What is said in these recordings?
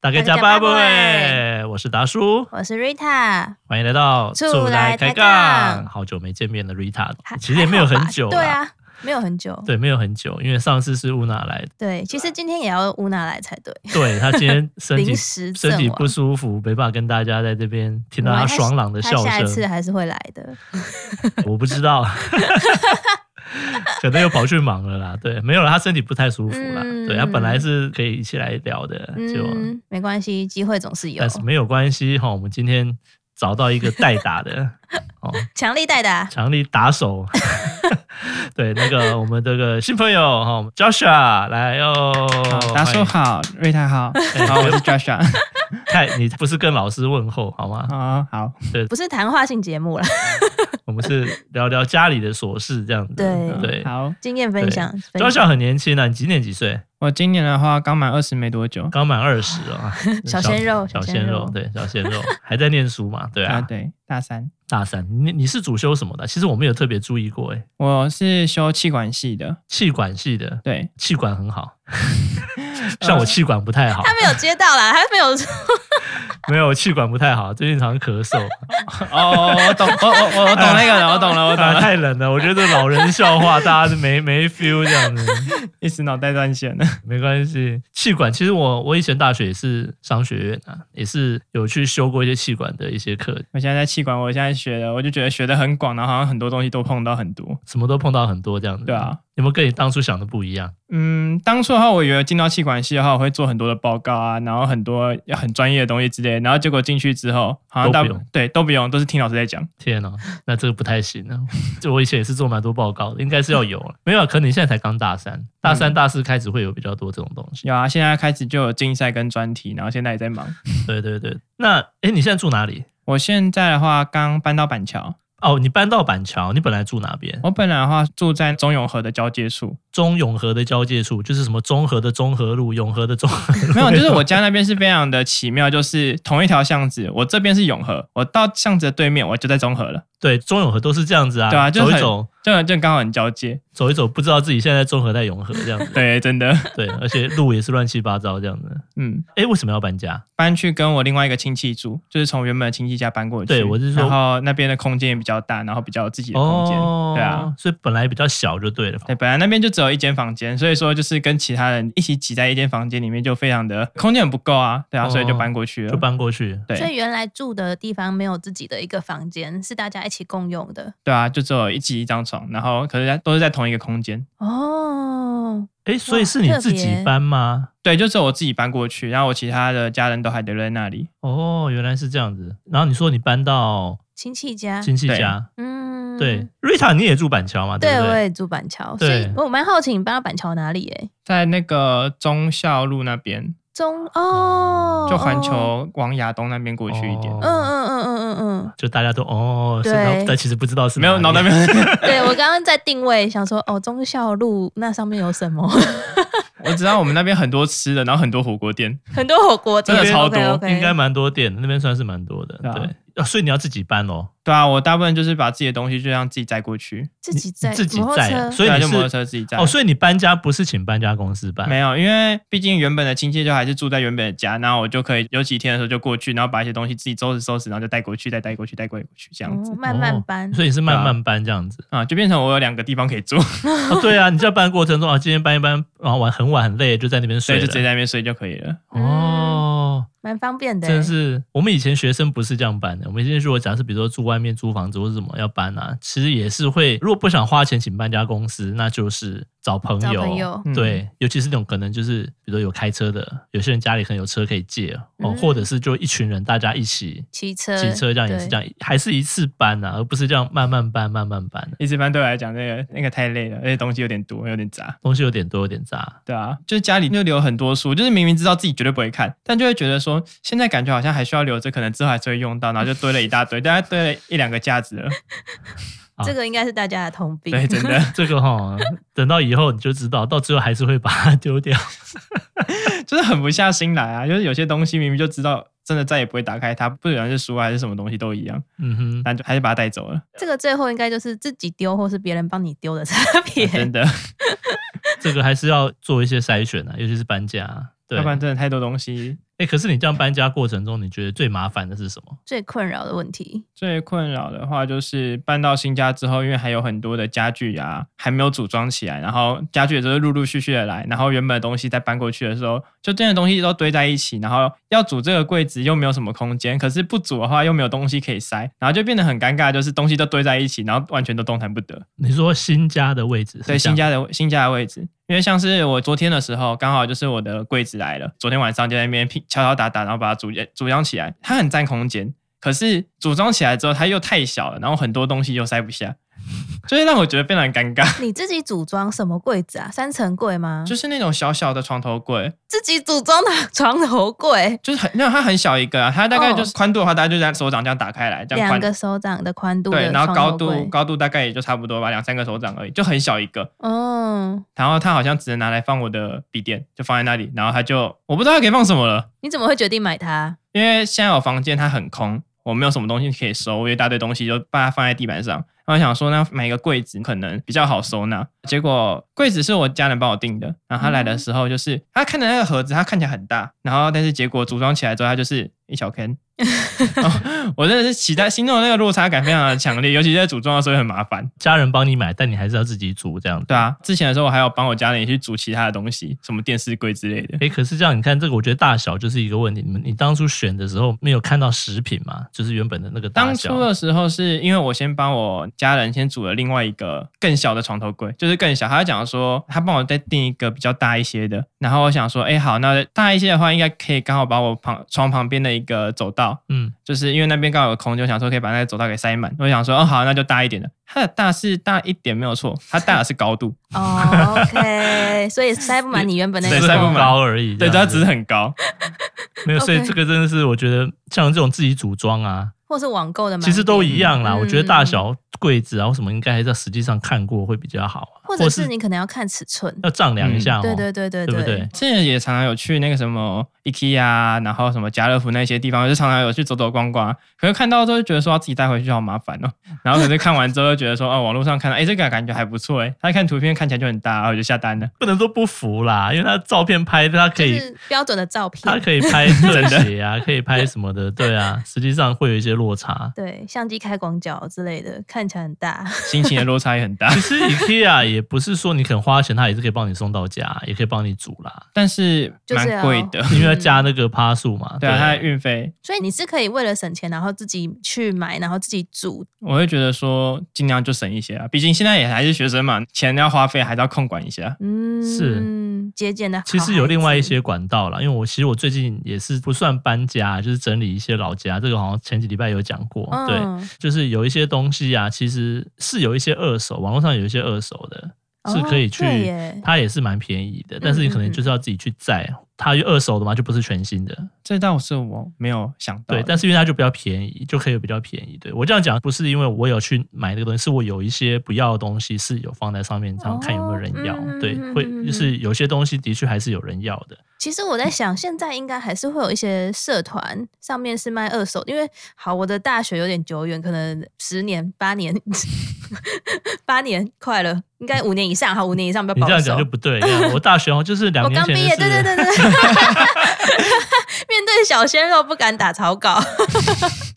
大家加大家八拜拜位，我是达叔，我是 Rita，欢迎来到厝厝来开杠好久没见面的 Rita，还其实也没有还好吧很久啦，对啊，没有很久，对，没有很久，因为上次是乌娜来 的，对，其实今天也要乌娜来才对，对他今天身体临时阵 身体亡不舒服，没办法跟大家在这边听到我他还是爽朗的她笑下一次啊声，还是会来的， 我不知 道，可能又跑去忙了啦，对，没有了，他身体不太舒服啦，嗯对他本来是可以一起来聊的，就、啊嗯，没关系，机会总是有但，是没有关系哈、我们今天找到一个代打的哦，强力啊代打，强力打手。 对，那个我们这个新朋友哈、哦、，Joshua 来哦，好，大欢叔迎，好，瑞塔 好，好，我是 Joshua。太你不是跟老师问候好吗？ 好好，不是谈话性节目啦，我们是聊聊家里的琐事这样子。对对好，经验分享，分享，Joshua 很年轻啊，你几年几岁？我今年的话刚满二十没多久刚满二十啊，小鲜肉 小小鲜鲜肉肉，对，小鲜肉还在念书嘛？对啊，啊，对，大三，大三，你你是主修什么的？其实我没有特别注意过，哎，我是修气管系的，气管系的，对，气管很 好，像我气管不太好，他没有接到啦， 他没有说，没有气管不太好，最近常咳嗽，哦，我懂，我我我我懂那个了，我 懂了，我懂打了，太冷了，我觉得老人笑话大家都没没 feel 这样子， 一时脑袋断线了。没关系。气管其实我我以前大学也是商学院啊，也是有去修过一些气管的一些课，我现在在气管，我现在学的，我就觉得学的很广，然后好像很多东西都碰到很多。什么都碰到很多这样子。对啊，有没有跟你当初想的不一样？嗯，当初的话，我以为进到气管系的话，我会做很多的报告啊，然后很多很专业的东西之类的，然后结果进去之后，好像大都不用对都不用，都是听老师在讲。天哦，那这个不太行啊！ 就我以前也是做蛮多报告的，应该是要有了。没有啊，可能你现在才刚大三，大嗯三、大四开始会有比较多这种东西。有啊，现在开始就有竞赛跟专题，然后现在也在忙。对对对，那诶，你现在住哪里？我现在的话刚搬到板桥，哦，你搬到板桥，你本来住哪边？我本来的话住在中永和的交界处，中永和的交界处，就是什么中和的中和路、永和的中和路。 没有，就是我家那边是非常的奇妙，就是同一条巷子，我这边是永和，我到巷子的对面我就在中和了，对中永和都是这样子啊，对啊就走是一很走，就就刚好很交界。走一走，不知道自己现在在中和在永和这样子。 对，真的，对，而且路也是乱七八糟这样子。嗯，诶，为什么要搬家？搬去跟我另外一个亲戚住，就是从原本的亲戚家搬过去。对我是说然后那边的空间也比较大，然后比较有自己的空间。哦对啊，，所以本来比较小就对了。对，本来那边就只有一间房间，所以说就是跟其他人一起挤在一间房间里面，就非常的空间很不够啊，对啊，哦所以就搬过去了。就搬过去， 所以对原来住的地方没有自己的一个房间，是大家一起共用的对啊，就只有一挤一张床，然后可是都是在同一个空间。哦。诶，所以哇是你自己特别搬吗？对，就只有我自己搬过去，然后我其他的家人都还留在那里。哦，原来是这样子。然后你说你搬到亲戚家，亲戚对家，嗯，对，Rita 你也住板桥嘛，对，不我对？也住板桥，所对以我蛮好奇你搬到板桥哪里诶、在那个忠孝路那边，中哦，就环 哦，球往亚东那边过去一点，哦嗯嗯嗯嗯嗯就大家都哦，是对然后但其实不知道是没有哪脑里袋没有，嗯，对我刚刚在定位，想说哦，忠孝路那上面有什么？ 我知道我们那边很多吃的，然后很多火锅店，很多火锅店，真的超多 o k o k 应该蛮多店，那边算是蛮多的。对啊对，啊所以你要自己搬哦，对啊，我大部分就是把自己的东西就让自己载过去，自己在你自己摩托载啊，车，所以对啊你就摩托是车自己载。哦，所以你搬家不是请搬家公司搬，没有，因为毕竟原本的亲戚就还是住在原本的家，然后我就可以有几天的时候就过去，然后把一些东西自己收拾收拾，然后就带过去，再带过去，带过去这样子哦、慢慢哦搬，所以你是慢对啊慢搬这样子。啊，就变成我有两个地方可以住，哦，对啊，你在搬过程中啊，今天搬一搬，然后晚很晚很累，就在那边所睡以了。就直接在那边睡就可以了。哦，蛮方便的、真是，我们以前学生不是这样搬的。我们以前如果假设，比如说住外面租房子或者什么要搬啊，其实也是会，如果不想花钱请搬家公司，那就是找朋找友。朋友嗯对，尤其是那种可能就是，比如说有开车的，有些人家里可能有车可以借哦，嗯或者是就一群人大家一起骑车，骑车，这样也是这样，样，还是一次搬啊，而不是这样慢慢搬、慢慢搬的。一直般对我来讲，那个那个太累了，而且东西有点多，有点杂。东西有点多，有点杂，对啊，就是家里就留很多书，就是明明知道自己绝对不会看，但就会觉得说，现在感觉好像还需要留着，可能之后还是会用到，然后就堆了一大堆，大概堆了一两个架子了。啊这个应该是大家的通病。对，真的。这个哈、等到以后你就知道，到最后还是会把它丢掉。就是狠不下心来啊，就是有些东西明明就知道真的再也不会打开它，不管是书还是什么东西都一样，嗯哼，但就还是把它带走了，这个最后应该就是自己丢或是别人帮你丢的 差别。真的，这个还是要做一些筛选啊，尤其是搬家啊、对，要不然真的太多东西。哎、可是你这样搬家过程中，你觉得最麻烦的是什么？最困扰的问题，最困扰的话就是搬到新家之后，因为还有很多的家具啊还没有组装起来，然后家具也都是陆陆续续的来，然后原本的东西再搬过去的时候，就这些东西都堆在一起，然后要组这个柜子又没有什么空间，可是不组的话又没有东西可以塞，然后就变得很尴尬，就是东西都堆在一起，然后完全都动弹不得。你说新家的位置是这对样，新家的新家的位置，因为像是我昨天的时候，刚好就是我的柜子来了，昨天晚上就在那边拼敲敲打打，然后把它组组装起来，它很占空间，可是组装起来之后它又太小了，然后很多东西又塞不下， 就是让我觉得非常尴尬。你自己组装什么柜子啊？三层柜吗？就是那种小小的床头柜，自己组装的 床头柜，就是很，那它很小一个啊，它大概哦就是宽度的话，大概就在手掌这样打开来，这两样宽个手掌的宽度对，的然后高床头柜度高度大概也就差不多吧，两三个手掌而已，就很小一个。嗯，然后它好像只能拿来放我的笔电，就放在那里。然后它就我不知道它可以放什么了，你怎么会决定买 它？因为现在我房间它很空，我没有什么东西可以收，我有一大堆东西就把它放在地板上。然后想说呢，买一个柜子可能比较好收纳。结果柜子是我家人帮我订的，然后他来的时候就是他看着那个盒子，它看起来很大，然后但是结果组装起来之后，它就是一小坑。哦我真的是期待心中的那个落差感非常的强烈，尤其是在组装的时候也很麻烦。家人帮你买，但你还是要自己煮这样子。对啊，之前的时候我还有帮我家人也去煮其他的东西，什么电视柜之类的。哎、可是这样你看，这个我觉得大小就是一个问题。你们你当初选的时候没有看到食品嘛？就是原本的那个大当小。初的时候是因为我先帮我家人先组了另外一个更小的床头柜，就是更小。他就讲说他帮我再订一个比较大一些的，然后我想说，哎、好，那大一些的话应该可以刚好把我旁床旁边的一个走道，嗯，就是因为那边刚好有空，就想说可以把那个走道给塞满。我想说，哦，好，那就大一点的。它的大是大一点没有错，它大的是高 度，哦 OK，所以塞不满你原本那对只是个塞不很满高而已。对，这它样子只是很高。没有，所以 OK 这个真的是我觉得像这种自己组装啊，或是网购的买，其实都一样啦。嗯我觉得大小柜子啊或什么，应该还是要实际上看过会比较好啊，或者是你可能要看尺寸。要丈量一下哦。对对对对对不对对，之前也常常有去那个什么 IKEA，然啊后什么家乐福那些地方，就常常有去走走逛逛。可是看到之后就觉得说要自己带回去好麻烦哦。然后可是看完之后就觉得说，哦，网络上看到，哎，这个感觉还不错哎。他看图片看起来就很大，然后我就下单了。不能说不服啦，因为他照片拍他可就以。是标准的照他片。可以拍特写 啊，可以拍什么的，对啊，实际上会有一些落差。对，相机开广角之类的，看起来很大。 心情的落差也很大 其。实 IKEA 也不是说你肯花钱，他也是可以帮你送到家，也可以帮你煮啦，但是就是哦蛮要贵的，因为要加那个趴数嘛。对啊，它的运费，所以你是可以为了省钱，然后自己去买，然后自己煮。我会觉得说尽量就省一些啊。毕竟现在也还是学生嘛，钱要花费还是要控管一下。嗯，是节俭的好孩子。其实有另外一些管道啦，因为我其实我最近也是不算搬家，就是整理一些老家，这个好像前几礼拜有讲过，嗯，对，就是有一些东西啊，其实是有一些二手，网络上有一些二手的，哦是可以去，对耶嗯它也是蛮便宜的，但是你可能就是要自己去载，它二手的嘛，就不是全新的，这倒是我没有想到哦对，的。但是因为它就比较便宜，就可以比较便宜。对我这样讲，不是因为我有去买那个东西，是我有一些不要的东西是有放在上面，然后看有没有人要。哦嗯对嗯，会嗯嗯就是有些东西的确还是有人要的。其实我在想，现在应该还是会有一些社团上面是卖二手，因为好，我的大学有点久远，可能十年、八年、 八年快了，应该五年以上，好，五年以上比你较这保样讲守就。不对。我大学哦，就是两我年刚前毕就业，是对对对对对， 面对小鲜肉不敢打草稿。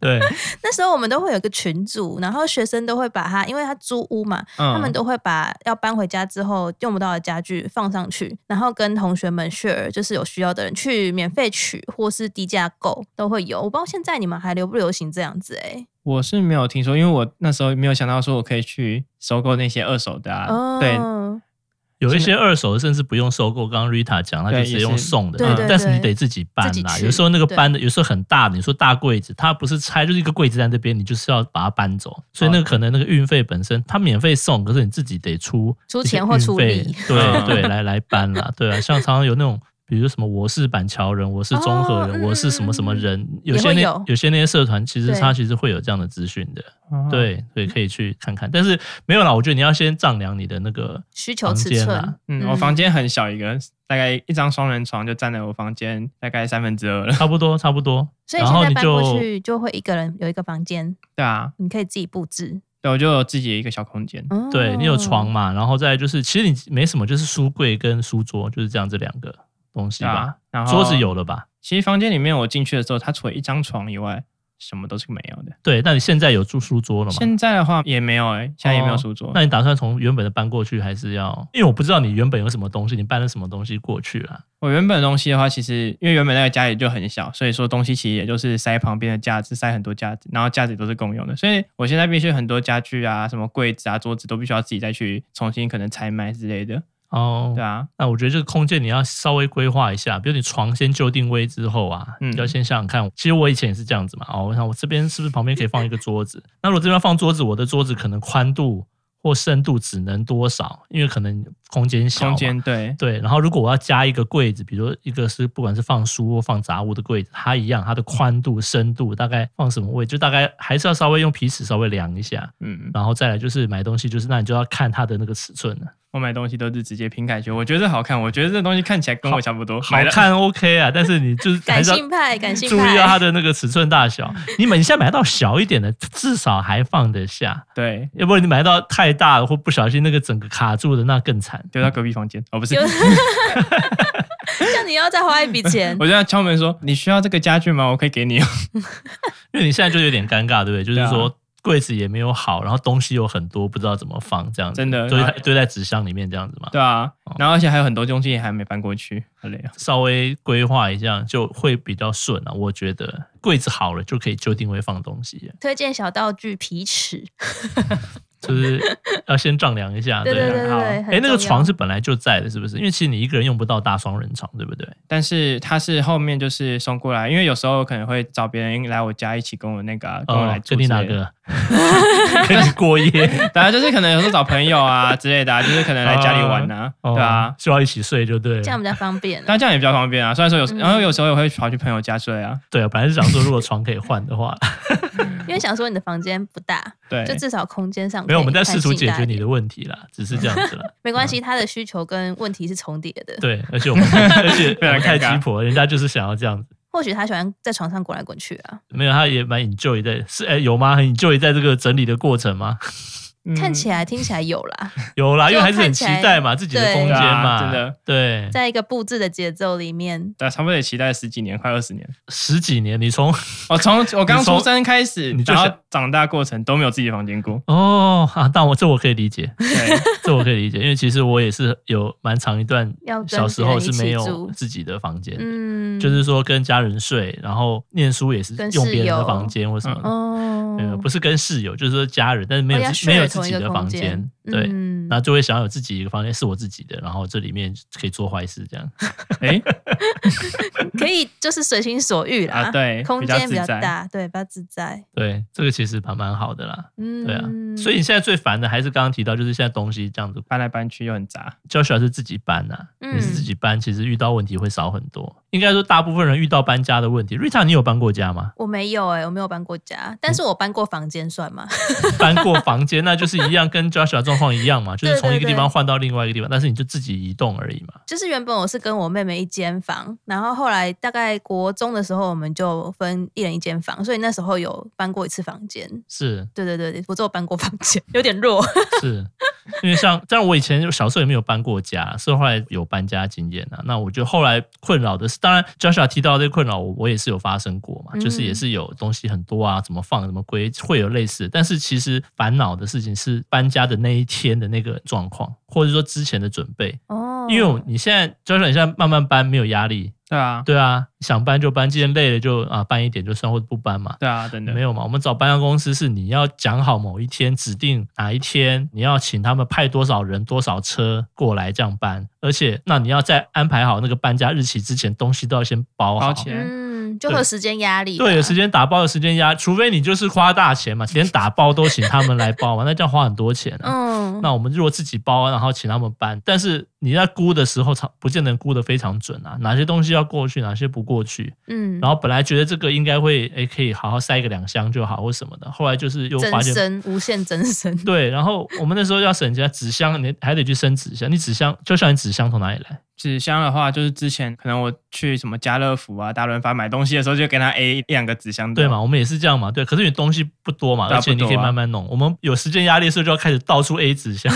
对那时候我们都会有一个群组，然后学生都会把他，因为他租屋嘛，嗯他们都会把要搬回家之后用不到的家具放上去，然后跟同学们 share，就是有需要的人去免费取或是低价购都会有。我不知道现在你们还流不流行这样子哎、我是没有听说，因为我那时候没有想到说我可以去收购那些二手的啊。嗯哦，对，有一些二手的甚至不用收购。刚刚 Rita 讲，它就对直也接是用送的，对嗯对但是你对得自己搬自己啦。去有时候那个对搬的，有时候很大的，你说大柜子，它不是拆，就是一个柜子在那边，你就是要把它搬走。所以那个可能那个运费本身，它免费送，可是你自己得出出钱或出力这些运费对对，来来搬啦， 对啊。像常常有那种。比如什么我是板桥人，我是中和人，哦嗯我是什么什么人，有也些会那有些那些社团，其实对它其实会有这样的资讯的，哦，对，所以可以去看看。但是没有啦，我觉得你要先丈量你的那个需求房尺间啊寸，啦，嗯，嗯我房间很小一个，大概一张双人床就占了我房间大概三分之二了。 差不多，差不多。 所以然现后在你搬就过去就会一个人有一个房间，对啊，你可以自己布置。对我就有自己的一个小空间。哦对你有床，嘛，然后再来就是，其实你没什么，就是书柜跟书桌就是这样这两个东西对啊吧。，然后桌子有了吧？其实房间里面我进去的时候，它除了一张床以外，什么都是没有的。对，那你现在有住书桌了吗？哦现在的话也没有哎、现在也没有书桌。那你打算从原本的搬过去，还是要？因为我不知道你原本有什么东西，你搬了什么东西过去啦。我原本的东西的话，其实因为原本那个家里就很小，所以说东西其实也就是塞旁边的架子，塞很多架子，然后架子也都是共用的，所以我现在必须很多家具啊，什么柜子啊、桌子都必须要自己再去重新可能采买之类的。哦对，啊，那我觉得这个空间你要稍微规划一下，比如你床先就定位之后啊，嗯你要先想想看。其实我以前也是这样子嘛，哦，我想我这边是不是旁边可以放一个桌子？那如果这边放桌子，我的桌子可能宽度或深度只能多少？因为可能空间小嘛，空间对，对，然后如果我要加一个柜子，比如说一个是不管是放书或放杂物的柜子，它一样，它的宽度、深度大概放什么位，就大概还是要稍微用皮尺稍微量一下。嗯，然后再来就是买东西，就是那你就要看它的那个尺寸了。我买东西都是直接凭感觉，我觉得好看，我觉得这东西看起来跟我差不多，好买了。看 OK 啊，但是你就是 还感是要性派，感 性注意到它派，的那个尺寸大小。你买你现在买到小一点的，至少还放得下，对，要不然你买到太大了或不小心那个整个卡住的，那更惨。丢到隔壁房间哦，不是有，像你要再花一笔钱，我就要敲门说你需要这个家具吗？我可以给你哦。因为你现在就有点尴尬，对不对？就是对啊说柜子也没有好，然后东西有很多，不知道怎么放，这样子，真的所以然它后堆在纸箱里面这样子嘛。对啊哦，然后而且还有很多东西还没搬过去，好累啊。稍微规划一下就会比较顺啊，我觉得柜子好了就可以就定位放东西了，推荐小道具皮尺，就是要先丈量一 下。对对对啊对好对，哎，那个床是是本来就在的，是不是？因为其实你一个人用不到大双人床，对不对？但是它是后面就是送过来，因为有时候可能会找别人来我家一起跟我那个啊、跟我来哦，住跟你之类哪的？个？ 跟你过夜？当然就是可能有时候找朋友啊之类的、啊，就是可能来家里玩啊，哦对啊，，就要一起睡就对这了样。比较方便。但这样也比较方便啊。虽然说有时，嗯然后有时候也会跑去朋友家睡啊，对啊，本来是想说如果床可以换的 话，因为想说你的房间不大，对就至少空间上没有，我们在试试图图解决你，的问题啦，只是这样 子啦。没关系，他的需求跟问题是重叠的。对，而且 我们而且非常太尴鸡尬婆了，人家就是想要这样子。或许他喜欢在床上滚来滚去啊，没有，他也蛮 enjoy 在是哎、有吗？很 enjoy 在这个整理的过程吗？ 嗯看起来听起来有啦，有啦，因为就还是很看起期来待嘛，自己的对空间对啊嘛，真的对，在一个布置的节奏里面，对，差不多也期待了十几年，快二十年。十几年，你从我从我刚你从出生开始 你，就然想。后长大过程都没有自己的房间过，哦啊，但我这我可以理解 对，这我可以理解，因为其实我也是有蛮长一段要跟小时候是没别人一有起住自己的房间的。嗯，就是说跟家人睡，然后念书也是跟用室别人的友房间或什么的，哦呃，不是跟室友，就是说家人，但是没有哦要自没有 share 自同己一个的空房间间，对，嗯那就会想要有自己一个房间是我自己的，然后这里面可以做坏事这样。哎、可以就是随心所欲啦，啊对空间比比较较自在大，对，比较自在，对，这个其实蛮蛮好的啦。嗯，对啊，所以你现在最烦的还是刚刚提到，就是现在东西这样子搬来搬去又很杂。 ，Joshua 是自己搬啊呐、嗯？你是自己搬，其实遇到问题会少很多。应该说，大部分人遇到搬家的问题，Rita，你有搬过家吗我没有哎、我没有搬过家，嗯但是我搬过房间算吗？搬过房间，那就是一样，跟 Joshua 状况一样嘛，就是从一个对对地方换到另外一个地方，但是你就自己移动而已嘛。就是原本我是跟我妹妹一间房，然后后来大概国中的时候，我们就分一人一间房，所以那时候有搬过一次房间。是对对对，我只有搬过房间，有点弱。 是，因为像，但我以前小时候也没有搬过家，所以后来有搬家经验啊。那我觉得后来困扰的是，当然 Joshua 提到的这个困扰，我我也是有发生过嘛，就是也嗯是有东西很多啊，怎么放怎么归，会有类似的。但是其实烦恼的事情是搬家的那一天的那个状况，或者说之前的准备，哦， 因为我你现在 Joshua 你现在慢慢搬没有压力，对啊，对啊，想搬就搬，既然累了就啊搬一点就算，或者不搬嘛。对啊，真的没。有嘛？我们找搬家公司是你要讲好某一天，指定哪一天，你要请他们派多少人、多少车过来这样搬，而且那你要在安排好那个搬家日期之前，东西都要先包好。包起来嗯，就会有时间压力。对，有时间。间打包的时间压，除非你就是花大钱嘛，连打包都请他们来包嘛，那这样花很多钱啊。嗯，那我们如果自己包，然后请他们搬，但是你在估的时候，常不见得估得非常准啊，哪些东西要过去，哪些不过去。嗯，然后本来觉得这个应该会诶可以好好塞个两箱就好或什么的，后来就是又发增现生无限 增生。对，然后我们那时候要省钱，纸箱你还得去生纸箱，你纸箱就像你纸箱从哪里来？纸箱的话，就是之前可能我去什么家乐福啊、大润发买东西的时候，就给他 A 一两个纸箱的对？嘛，我们也是这样嘛，对。可是你东西不多嘛，对啊而且你可以不多啊慢慢弄。我们有时间压力的时候就要开始到处 A 纸 箱，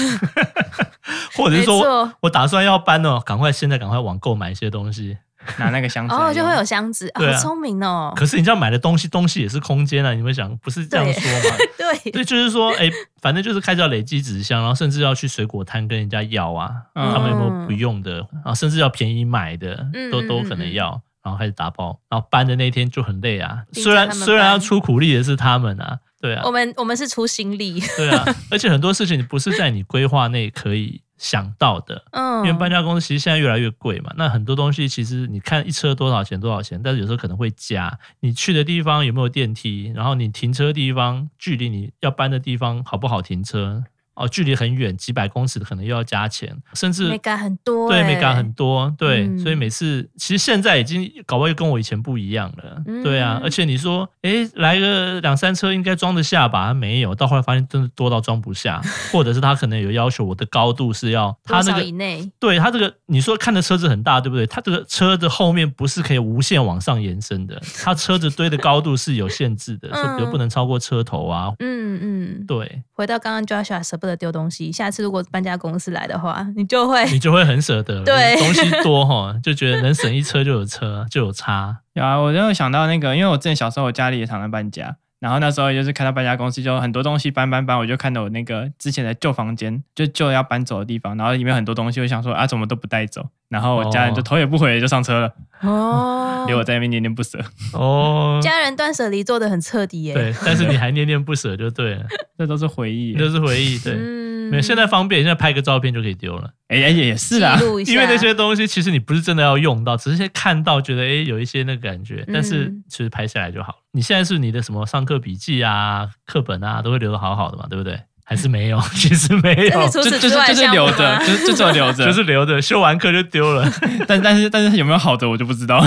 或者是没说错我打算要搬哦，赶快现在赶快网购买一些东西。拿那个箱子来用。哦，就会有箱子，哦对啊好聪明哦。可是你这样买的东西，东西也是空间啊，你们想不是这样说吗？ 对，对，就是说，哎、反正就是开始要累积纸箱，然后甚至要去水果摊跟人家要啊，嗯他们有没有不用的，然后甚至要便宜买的，嗯都嗯都嗯可能嗯要。然后开始打包，然后搬的那天就很累啊。盯着虽然他们虽然要搬哦出苦力的是他们啊，对啊我，们我们是出心力，对 啊，而且很多事情你不是在你规划内可以想到的，嗯，因为搬家公司其实现在越来越贵嘛，那很多东西其实你看一车多少钱多少钱，但是有时候可能会加你去的地方有没有电梯，然后你停车地方距离你要搬的地方好不好停车哦，距离很远几百公尺可能又要加钱，甚至美感很多、对欸，美感很多，对，嗯所以每次其实现在已经搞不好又跟我以前不一样了，嗯对啊，而且你说诶来个两三车应该装得下吧，没有，到后来发现真的多到装不下，或者是他可能有要求我的高度是要他多那少个以内，对它这个，你说看的车子很大，对不对？它这个车的后面不是可以无限往上延伸的，它车子堆的高度是有限制的，嗯说比如不能超过车头啊。嗯嗯。对回到刚刚 Joshua 舍不得丢东西，下次如果搬家公司来的话，你就会你就会很舍得了，对东西多哈，就觉得能省一车就有车就有差。有啊，我就想到那个，因为我之前小时候我家里也常常搬家，然后那时候就是看到搬家公司就很多东西搬搬搬，我就看到我那个之前的旧房间，就旧要搬走的地方，然后里面很多东西，我想说啊怎么都不带走，然后我家人就哦头也不回地就上车了， 哦，留我在那边念念 不舍，哦， 家人断舍离做的很彻底耶、对，但是你还念念不舍就 对了，这都是回忆耶。就是回忆。对，嗯没有现在方便，现在拍个照片就可以丢了。哎、哎也是啦记，录一下，因为那些东西其实你不是真的要用到，只是先看到觉得诶有一些那个感觉，但是嗯其实拍下来就好了。你现在是你的什么上课笔记啊、课本啊都会留的好好的嘛，对不对？还是没有？ 其实没但有是，除就此就是之外就的是项目留吗着，就就只有留着， 就是留着，修完课就丢了。但但是但是有没有好的我就不 知道。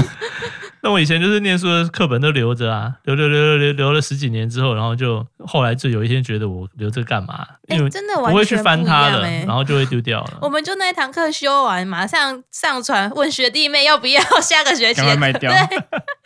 那我以前就是念书的课本都留着啊，留留留留留留了十几年之后，然后就后来就有一天觉得我留着干嘛？哎因为真的不完会去全翻不一它样了，哎然后就会丢掉了。我们就那一堂课修完，马上上传问学弟妹要不要下个学期赶快卖 掉，对，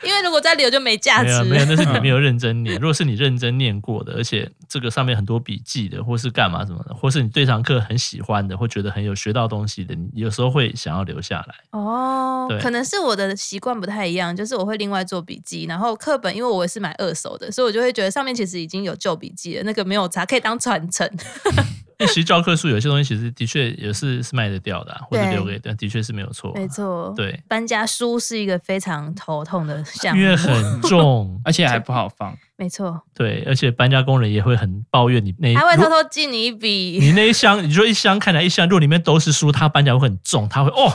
因为如果再留就没价没值有啊没有，了。那是你没有认真念。如果是你认真念过的，而且这个上面很多笔记的，或是干嘛什么的，或是你对这堂课很喜欢的，或觉得很有学到东西的，你有时候会想要留下 来。哦对，可能是我的习惯不太一样，就是我会另外做笔记，然后课本因为我也是买二手的，所以我就会觉得上面其实已经有旧笔记了，那个没有查可以当传承。因为其实教科书有些东西其实的确也是是卖得掉的啊、或者对留给，但的确是没有错啊。没错，，对，搬家书是一个非常头痛的项因为目，很 重而且还不好放。没错，对，而且搬家工人也会很抱怨你那一还会如偷偷记你一笔。你那一箱，你说一箱看起来一箱，如果里面都是书，它搬起来会很重，它会 哦，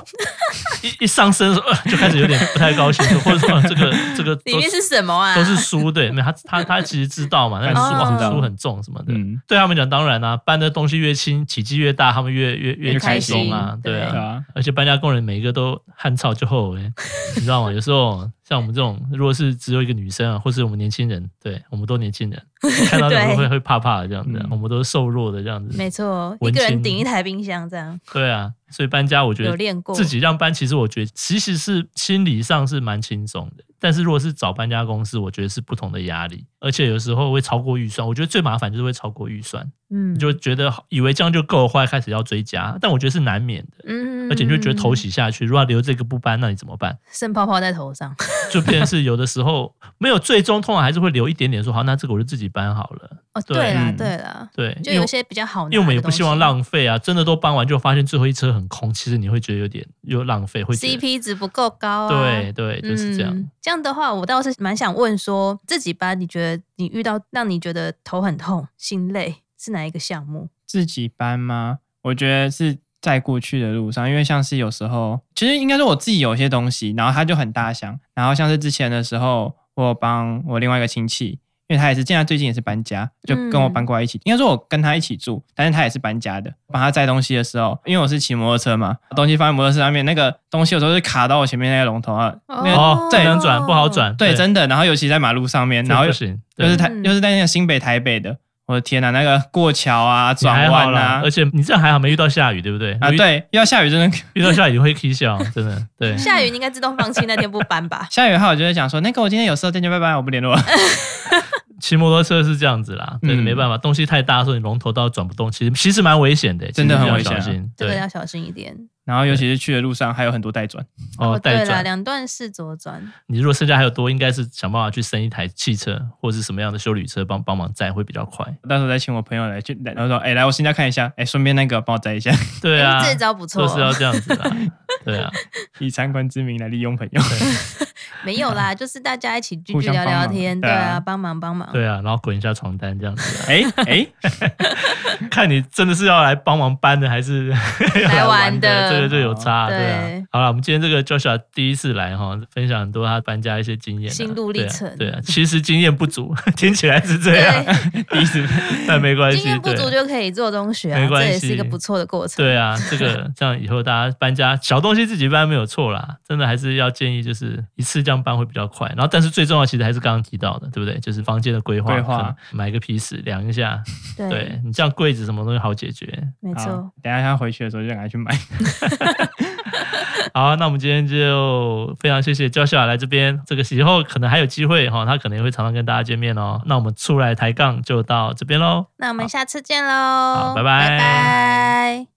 一一上身的时候、呃就开始有点不太高兴，或者说、呃这个这个 里都面是什么啊？都是书，对，没有他他他其实知道嘛，那个书、哦哇知道书很重什么的。嗯，对他们讲，当然啦、搬的东西越轻，体积越大，他们越越越越开轻心松啊，对对对啊。啊，而且搬家工人每一个都汗臭就厚、 欸，你知道吗？有时候像我们这种，如果是只有一个女生啊，或是我们年轻人，对我们都年 轻人，看到你们对会会怕怕的这样子啊，嗯我们都是瘦弱的这样子，没错，一文个人青顶一台冰箱这样，对啊。所以搬家，我觉有得练过自己让搬，其实我觉得其实是心理上是蛮轻松的，但是如果是找搬家公司，我觉得是不同的压力，而且有时候会超过预算。我觉得最麻烦就是会超过预算，嗯你就觉得好以为这样就够，后来开始要追加，但我觉得是难免的。嗯而且你就觉得头洗下去，如果要留这个不搬，那你怎么办？剩泡泡在头上，就变成是有的时候没有最终，通常还是会留一点点说好，那这个我就自己搬好了。哦，对对啦嗯对啦，对，就因有为一些比较好拿的东西，因为我们也不希望浪费啊，真的都搬完就发现最后一车很空，其实你会觉得有点又浪费，会觉得 CP 值不够高啊，对对，就是这样。嗯。这样的话，我倒是蛮想问说，自己搬，你觉得你遇到让你觉得头很痛、心累是哪一个项 目？自己搬吗？我觉得是在过去的路上，因为像是有时候，其实应该是我自己有些东西，然后它就很大箱，然后像是之前的时候，我有帮我另外一个亲戚。因为他也是，现在最近也是搬家，就跟我搬过来一起。应该说，我跟他一起住，但是他也是搬家的。帮他载东西的时候，因为我是骑摩托车嘛，东西放在摩托车上面，那个东西有时候是卡到我前面那个龙头啊，那个哦，不对能转，不好转。对，真的。然后尤其在马路上面，这然后不又行，又对是台，嗯又是在那个新北台北的，我的天呐、那个过桥啊、你还转好弯啦啊，而且你这样还好没遇到下雨，对不对？啊，遇，对，要下雨真的，？遇到下雨会 K 笑，真的对。下雨你应该自动放弃那天不搬吧下雨的话，我就会讲说，那个我今天有事，再见，拜拜，我不联络了。 骑摩托车是这样子啦，对，嗯没办法，东西太大的时候你龙头到转不动，其实其实蛮危险的，真的其实很要危险啊小心。这个对要小心一点。然后尤其是去的路上还有很多带转，哦，带对啦，转。两段式左转，你如果剩下还有多，应该是想办法去生一台汽车或者是什么样的修理车帮帮忙载会比较快。到时候再请我朋友来去，然后说，哎、来我新家看一下，哎、顺便那个帮我摘一下， 对啊，哎这招不错都是要哦，这样子啦。对 啊，以参观之名来利用朋友。没 有啦，就是大家一起聚互聚相聊帮聊忙天，对对啊啊，帮忙帮忙，对啊，然后滚一下床单这样子啊、哎 哎、 看你真的是要来帮忙搬的，还是 要来玩玩的这个就有差、哦对啊对。好了，我们今天这个 Joshua 第一次来哈，分享很多他搬家一些经验啊、心路历程对啊。对啊，其实经验不足， 听起来是这样， 对，第一次但没关系，经验不对足就可以做中学啊，没关这系也是一个不错的过程。对啊，这个这样以后大家搬家小东西自己搬没有错啦，真的还是要建议就是一次这样搬会比较快。然后，但是最重要其实还是刚刚提到的，对不对？就是房间的规划，规划可能买个皮尺量一下，对对你这样柜子什么东西好解决。没错好。，等一下他回去的时候就赶快去买。 好，那我们今天就非常谢谢 Joshua 来这边，这个以后可能还有机会哈、他可能也会常常跟大家见面哦。那我们出来抬杠就到这边喽。那我们下次见好喽，拜拜拜拜